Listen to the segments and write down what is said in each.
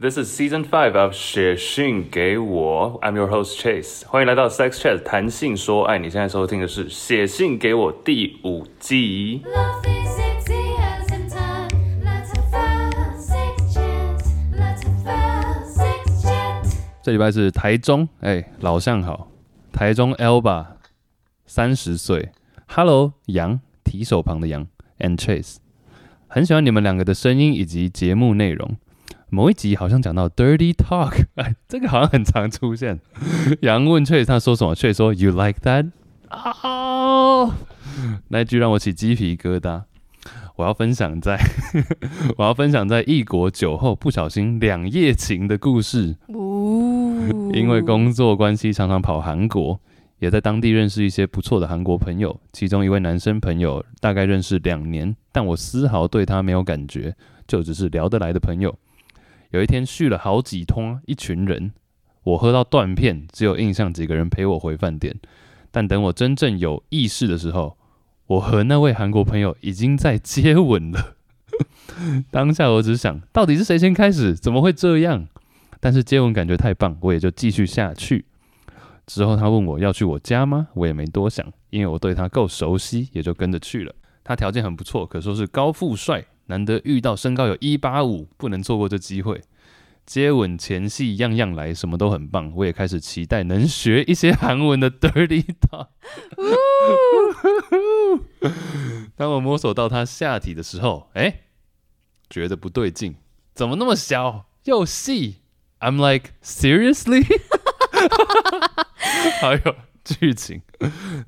This is season five of 写信给我，I'm your host Chase，欢迎来到 Sex Chat 谈性说爱。你现在收听的是写信给我第五季。 Love is sexy as in time. Let's have fun, sex chat. Let's have fun, sex chat. 这礼拜是台中，哎、老相好，台中 Elba，三十岁，Hello 杨，提手旁的杨，and Chase，很喜欢你们两个的声音以及节目内容。某一集好像讲到 dirty talk，哎， 这个好像很常出现。杨问 Chase 他说什么，Chase 说 You like that？哦、那一句让我起鸡皮疙瘩。我要分享在， 我要分享在异国酒后不小心两夜情的故事。哦因为工作关系常常跑韩国，也在当地认识一些不错的韩国朋友。其中一位男生朋友大概认识两年，但我丝毫对他没有感觉，就只是聊得来的朋友。有一天续了好几通，一群人，我喝到断片，只有印象几个人陪我回饭店。但等我真正有意识的时候，我和那位韩国朋友已经在接吻了。当下我只想，到底是谁先开始？怎么会这样？但是接吻感觉太棒，我也就继续下去。之后他问我要去我家吗？我也没多想，因为我对他够熟悉，也就跟着去了。他条件很不错，可说是高富帅，难得遇到身高有一八五，不能错过这机会。接吻前戏样样来，什么都很棒，我也开始期待能学一些韩文的 dirty talk。当我摸索到他下体的时候，哎、觉得不对劲，怎么那么小又细？I'm like seriously，好有剧情。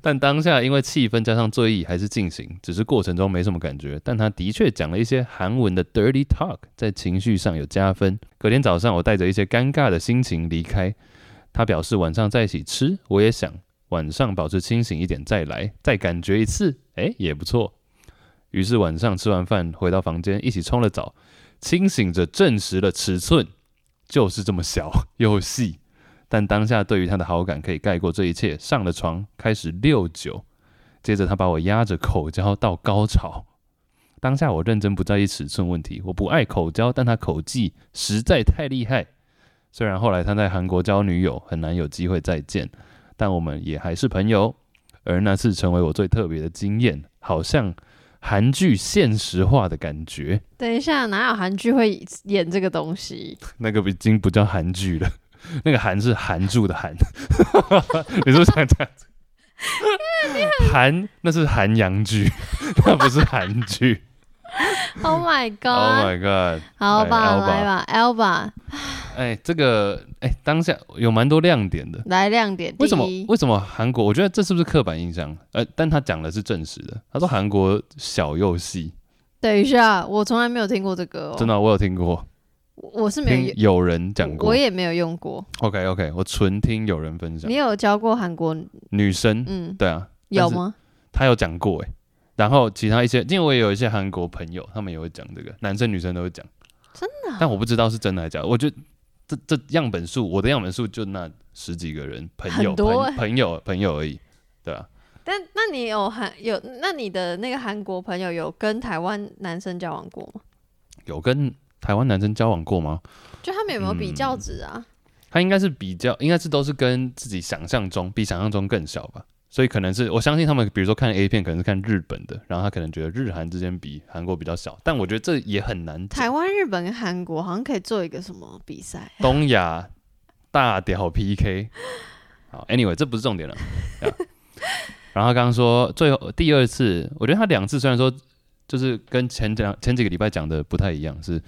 但当下因为气氛加上醉意，还是进行，只是过程中没什么感觉。但他的确讲了一些韩文的 dirty talk，在情绪上有加分。隔天早上，我带着一些尴尬的心情离开。他表示晚上在一起吃，我也想晚上保持清醒一点再来，再感觉一次，诶，也不错。于是晚上吃完饭回到房间，一起冲了澡，清醒着证实了尺寸。就是这么小 又细。但当下对于他的好感可以盖过这一切，上了床开始六九，接着他把我压着口交到高潮。当下我认真不在意尺寸问题，我不爱口交，但他口技实在太厉害。虽然后来他在韩国交女友，很难有机会再见，但我们也还是朋友。而那次成为我最特别的经验，好像韩剧现实化的感觉。等一下，哪有韩剧会演这个东西？那个已经不叫韩剧了， 那个“韩”是韩住的“韩”。 你是不是想这样子？韩那是韩洋剧，那不是韩 剧。 Oh my Oh god！ my god！好吧，来来吧，Elba，哎，这个哎，当下有蛮多亮点的。来亮点。为什么第一？为什么韩国？我觉得这是不是刻板印象？呃，但他讲的是证实的。他说韩国小又细，等一下，我从来没有听过这个哦。真的、我有听过，我，我是没听有有人讲用，过我。也没有用过。 OK OK，我纯听有人分享你。有教过韩国？女生，嗯，对啊，但有是吗？他有讲过哎、然后其他一些，因为我也有一些韩国朋友，他们也会讲这个，男生女生都会讲，真的啊但我不知道是真的还是假的。我觉得这这样本数，我的样本数就那十几个人，朋友、很多朋欸朋友、朋友而已，对啊，但那你有韩有？那你的那个韩国朋友有跟台湾男生交往过吗？有跟台湾男生交往过吗？就他们有没有比较值嗯啊？他应该是比较，应该是都是跟自己想象中比想象中更小吧。所以可能是我相信他们，比如说看 A 片，可能是看日本的，然后他可能觉得日韩之间比韩国比较小，但我觉得这也很难讲。台湾、日本跟韩国好像可以做一个什么比 赛？啊东亚大屌 PK。好，Anyway，这不是重点了。Yeah 然后他刚刚说最后第二次，我觉得他两次虽然说就是跟前两前几个礼拜讲的不太一样，是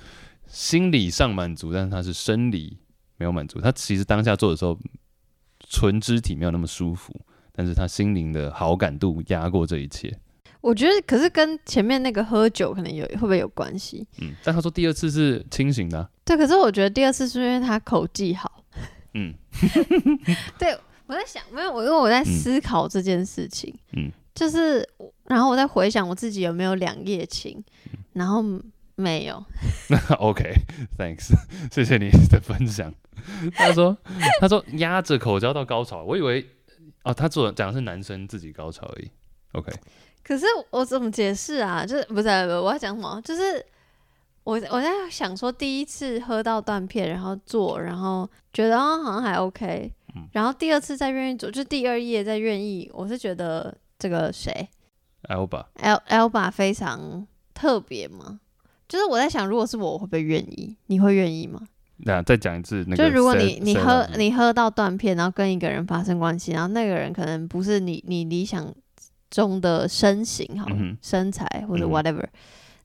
心理上满足，但是他是生理没有满足。他其实当下做的时候，纯肢体没有那么舒服，但是他心灵的好感度压过这一切。我觉得，可是跟前面那个喝酒可能有会不会有关系？嗯，但他说第二次是清醒的啊、对，可是我觉得第二次是因为他口技好。嗯，对，我在想，没有我，因为我在思考这件事情。嗯就是我，然后我在回想我自己有没有两夜情，嗯然后没有。 OK，thanks，、谢 谢你的分享。他说，他说压着口交到高潮，我以为哦，他做讲的是男生自己高潮而已。OK，可是我怎么解释啊？就是不是不是我要讲什么？就是我我在想说，第一次喝到断片，然后做，然后觉得哦好像还 OK，、然后嗯第二次再愿意做，就第二页再愿意，我是觉得这个谁 Alba， L Elba 非常特别嘛。就是我在想，如果是我，我会不会愿意？你会愿意吗？那再讲一次那个 Sarah- 就 Sarah。如果你你喝嗯你喝到断片，然后跟一个人发生关系，然后那个人可能不是你你理想中的身形好了、嗯哼身材或者嗯哼 whatever，、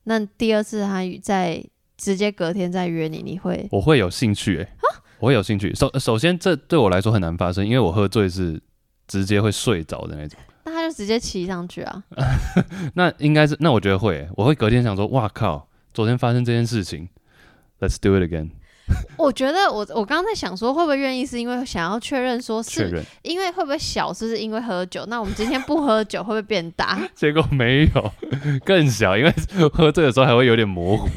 那第二次他再直接隔天再约你，你会我会有兴趣哎、啊我会有兴趣。首首先，这对我来说很难发生，因为我喝醉是直接会睡着的那种。那他就直接骑上去啊？那应该是，那我觉得会欸、我会隔天想说，哇靠，昨天发生这件事情，Let's do it again，我觉得我我刚刚在想说，会不会愿意是因为想要确认说确是认。因为会不会小是不是因为喝酒？那我们今天不喝酒会不会变 大？结果没有，更小，因为喝醉的时候还会有点模糊、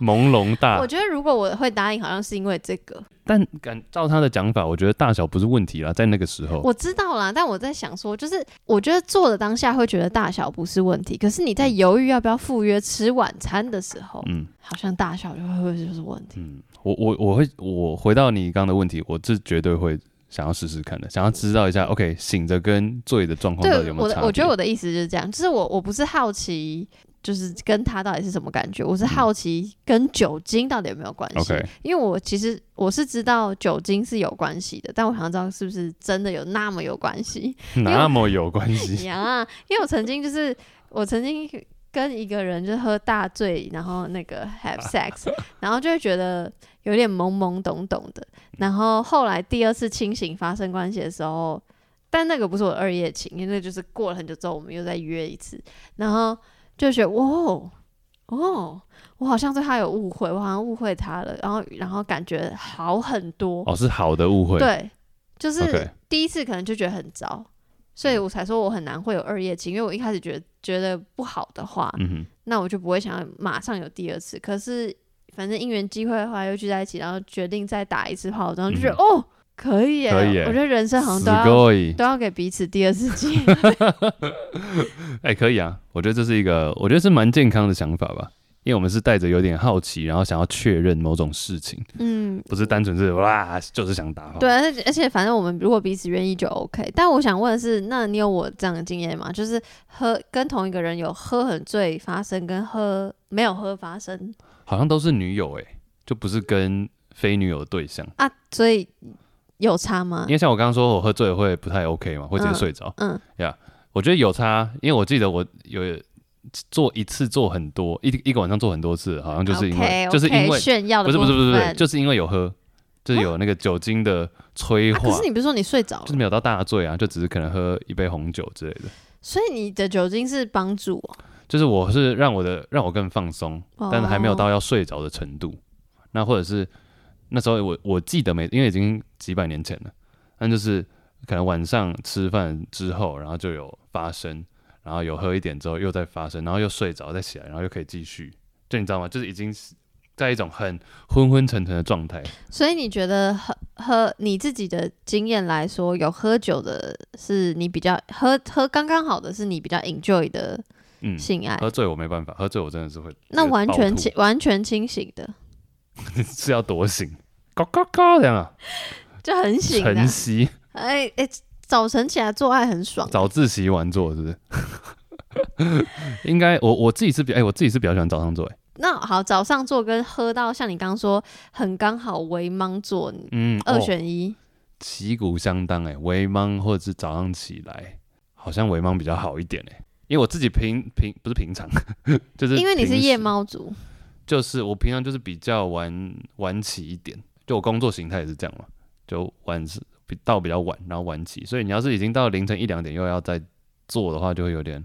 朦胧大我。觉得如果我会答应，好像是因为这个。但感照他的讲法，我觉得大小不是问题啦，在那个时候，我知道啦，但我在想说，就是我觉得做的当下会觉得大小不是问题，可是你在犹豫要不要赴约吃晚餐的时候，嗯好像大小就会会就是问题。嗯，我我我会我回到你刚刚的问题，我是绝对会想要试试看的，想要知道一下，OK，醒着跟醉的状况到底对，有没我有差的别我觉得我的意思就是这样，就是我我不是好奇。就是跟他到底是什么感觉？我是好奇跟酒精到底有没有关系嗯 OK 因为我其实我是知道酒精是有关系的，但我想知道是不是真的有那么有关系。那么有关 系。呀，因为我曾经就是我曾经跟一个人就是喝大醉，然后那个 have sex，然后就会觉得有点懵懵懂懂的。嗯然后后来第二次清醒发生关系的时候，但那个不是我的二夜情，因为那就是过了很久之后我们又再约一次，然后就觉得哇哦哦，我好像对他有误会，我好像误会他了，然后然后感觉好很多。哦，是好的误会。对，就 OK 是第一次可能就觉得很糟，所以我才说我很难会有二夜情，因为我一开始觉得觉得不好的话，嗯那我就不会想要马上有第二次。可是反正因缘机会的话，又聚在一起，然后决定再打一次炮，然后就觉得、嗯哦，可以耶！可以耶我觉得人生好哼，像す都要ごい，都要给彼此第二次机 会。哎、可以啊，我觉得这是一个，我觉得是蛮健康的想法吧，因为我们是带着有点好奇，然后想要确认某种事情，嗯，不是单纯是哇，就是想打炮。对，而且而且反正我们如果彼此愿意就 OK。但我想问的是，那你有我这样的经验吗？就是喝跟同一个人有喝很醉发生，跟喝没有喝发生好像都是女友哎、就不是跟非女友的对象，啊，所以有差吗因？为像我刚刚说，我喝醉会不太 OK 嘛，会直接嗯睡着。嗯我觉得有差，因为我记得我有做一次做很多，一一个晚上做很多次，好像就是因为 OK，就是因为炫耀的不是不是不是不部是，分啊就是因为有喝，就是有那个酒精的催啊，化。可是你不是说你睡着就是了，没有到大醉啊，就只是可能喝一杯红酒之类的。所以你的酒精是帮助我。就是我是让我的让我更放松，哦但是还没有到要睡着的程度。那或者是那时候我我记得没，因为已经几百年前了，但就是可能晚上吃饭之后，然后就有发生，然后有喝一点之后又再发生，然后又睡着再起来，然后又可以继续。就你知道吗？就是已经是在一种很昏昏沉沉的状态。所以你觉得喝喝你自己的经验来说，有喝酒的是你比较喝喝刚刚好的是你比较 enjoy 的嗯，性爱，喝醉我没办法，喝醉我真的是会那会完暴全吐清完全清醒的，是要多醒，高高高这样啊，就很醒的晨。曦哎哎，早晨起来做爱很爽。早自习晚做是不是？ 应该我我自己是比哎、我自己是比较喜欢早上做哎、那好，早上做跟喝到像你刚说很刚好为忙做，嗯，二哦、选一。旗鼓相当哎、微芒或者是早上起来，好像微芒比较好一点哎、因为我自己平平不是平常， 就是因为你是平时夜，猫族，就是我平常就是比较晚晚起一点，就我工作形态也是这样嘛，就晚是比到比较晚，然后晚起，所以你要是已经到凌晨一两点又要再做的话，就会有点，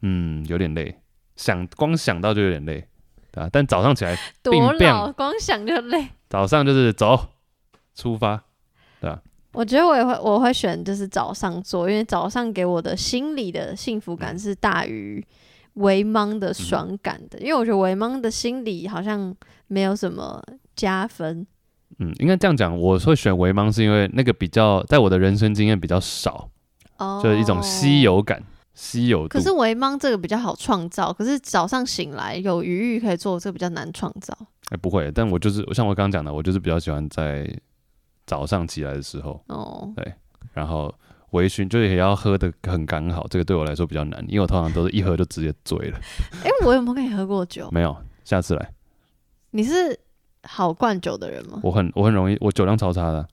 嗯，有点累，想光想到就有点累，对啊，但早上起来多病变老，光想就累。早上就是走出发，我觉得我也会，我会选就是早上做，因为早上给我的心里的幸福感是大于微茫的爽感的，嗯因为我觉得微茫的心理好像没有什么加分。嗯，应该这样讲，我会选微芒是因为那个比较在我的人生经验比较少，哦，就是一种稀有感，稀有度可。是微茫这个比较好创造，可是早上醒来有余裕可以做，这个比较难创造。哎、不会，但我就是像我刚刚讲的，我就是比较喜欢在早上起来的时候，哦，然后微醺，就是也要喝的很刚好，这个对我来说比较难，因为我通常都是一喝就直接醉了。哎、我有没有跟你喝过酒？没有，下次来，你是好灌酒的人吗？我很我很容易，我酒量超差的，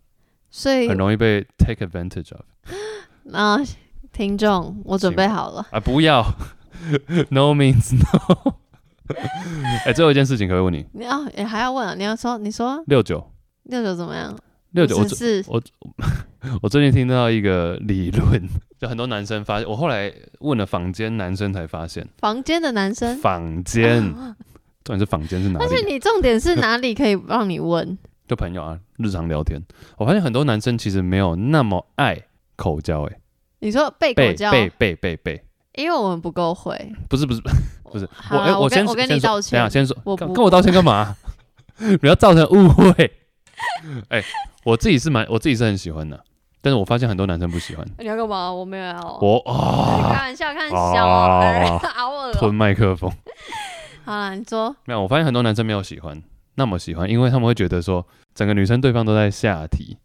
所以很容易被 take advantage of 啊、听众，我准备好了。啊！不要 ，no means no。哎、最后一件事情可以问你，你啊，也、还要问啊？你要说，你说六九六九怎么样？六九，我是是我最近听到一个理论，就很多男生发现，我后来问了坊间男生才发现，房间的男生。坊间啊重点是坊间是哪但是里？你重点是哪里可以让 你问？就朋友啊，日常聊天，我发现很多男生其实没有那么爱口交、欸，哎，你说背口背交，背背背背，因为我们不够会。不是不是不是，好我哎、啦我先跟我跟先你说道等一下歉，先说，我跟不跟我道歉干 嘛？不要造成误会。哎、我自己是蛮，我自己是很喜欢的，但是我发现很多男生不喜欢。你要干嘛？我没有要。我啊，开玩笑，开玩笑哦，哎啊好恶哦。吞麦克风。好啦，你说没有，我发现很多男生没有喜欢那么喜欢，因为他们会觉得说，整个女生对方都在下体，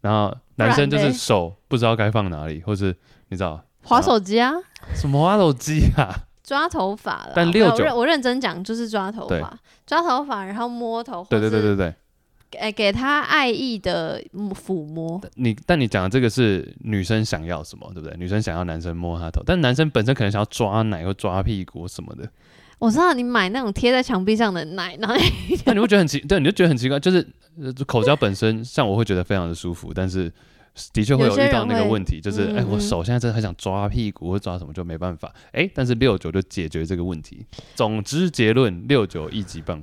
然后男生就不是然嘞手不知道该放哪里，或是你知道划手机啊，什么挖手机啊？抓头发了。但没有69我认我认真讲，就是抓头对发，抓头发，然后摸头，对对对对对，对，哎，给他爱意的抚摸。你但你讲的这个是女生想要什么，对不对？女生想要男生摸她头，但男生本身可能想要抓奶或抓屁股什 么的，我知道你买那种贴在墙壁上的奶， 然后你那你会觉得很奇，对，你就觉得很奇怪，就是呃口交本身，像我会觉得非常的舒服，但是的确会有有些遇人到那个会问题，就是哎、嗯我嗯手现在真的很想抓屁股或抓什么，就没办法。哎、但是六九就解决这个问题。总之结论，六九一级棒，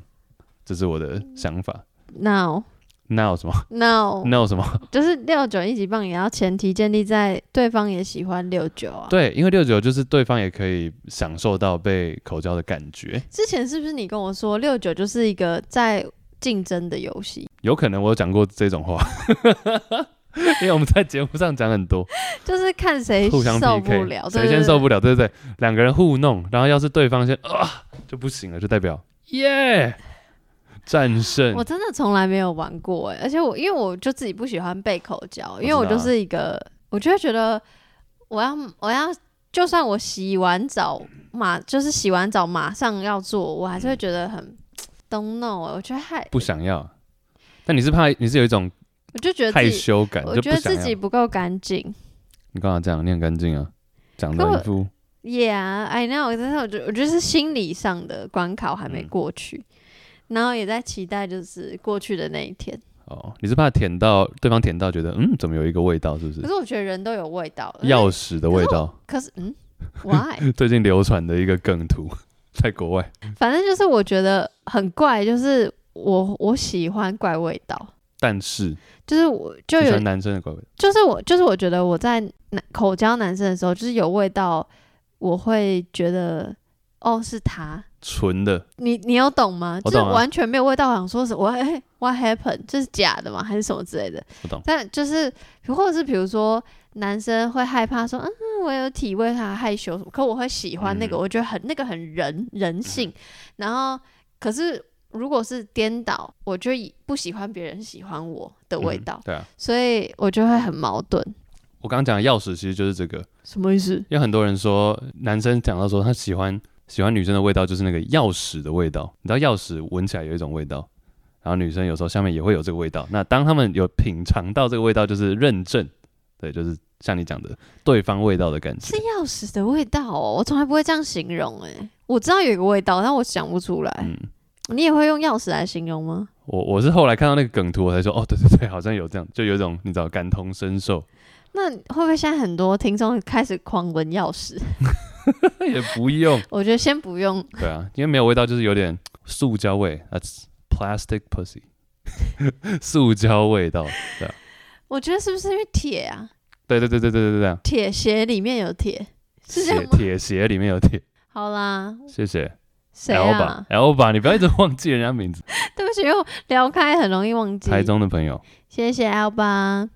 这是我的想法。 no Now 什么 no， ？Now 什么？ 就是六九一级棒也要前提建立在对方也喜欢六九啊。对，因为六九就是对方也可以享受到被口交的感觉。之前是不是你跟我说六九就是一个在竞争的游戏？有可能我有讲过这种话，因为我们在节目上讲很多。就是看谁互相哎受不 PK，了，谁先受了？不了，对不对？两个人互弄，然后要是对方先啊就不行了，就代表耶战胜我。真的从来没有玩过哎、而且我因为我就自己不喜欢背口交，因为我我知道啊就是一个，我就会觉得我要我要，就算我洗完澡马就是洗完澡马上要做，我还是会觉得很 don't know，欸我觉得害，不想要，但你是怕你是有一种我就觉得害自己，羞感，我就觉不得想自己要。不够干净。你干嘛这样？你很干净啊，讲可的我一副 Yeah, I know，但是我觉得我觉得是心理上的关卡还没嗯过去，然后也在期待就是过去的那一天。哦，你是怕舔到对方舔到觉得嗯怎么有一个味道，是不可是是我觉得人都有味道，钥匙的味道？可是，嗯 ，why？最近流传的一个梗图，在国外反正就是我觉得很怪，就是我我喜欢怪味道，但是就是我就你喜有欢，男生的怪味，就是我就是我觉得我在男口交男生的时候，就是有味道，我会觉得哦是他，纯的你你有懂吗？我就是懂啊完全没有味道，我想说是我哎 what happened？这是假的吗？还是什么之类的？不懂。但就是，或者是比如说，男生会害怕说，嗯，我有体味，他害羞什么。可我会喜欢那个，嗯我觉得很那个很人人性。然后，可是如果是颠倒，我就以不喜欢别人喜欢我的味嗯道，对啊，所以我就会很矛盾。我刚刚讲的钥匙其实就是这个，什么意思？有很多人说，男生讲到说他喜欢喜欢女生的味道，就是那个钥匙的味道。你知道钥匙闻起来有一种味道，然后女生有时候下面也会有这个味道。那当他们有品尝到这个味道，就是认证，对，就是像你讲的对方味道的感是觉。钥匙的味道哦，我从来不会这样形容哎、我知道有一个味道，但我想不出来。嗯，你也会用钥匙来形容吗？我我是后来看到那个梗图，我才说哦，对对对，好像有这样，就有一种你知道感同身受， 那会不会现在很多听众开始狂闻钥匙？也不用我觉得先不用，对啊，因为没有味道就是有点塑胶味，that's plastic pussy，塑胶味道，对啊，我觉得是不是因为铁啊？对对对对对对对对啊。铁鞋里面有铁，是这样鞋吗？铁鞋里面有铁，好啦，谢谢谁 L 啊吧？L 吧，你不要一直忘 记人家名字。对不起，因为我聊开很容易忘记。台中的朋友，谢谢 L 吧。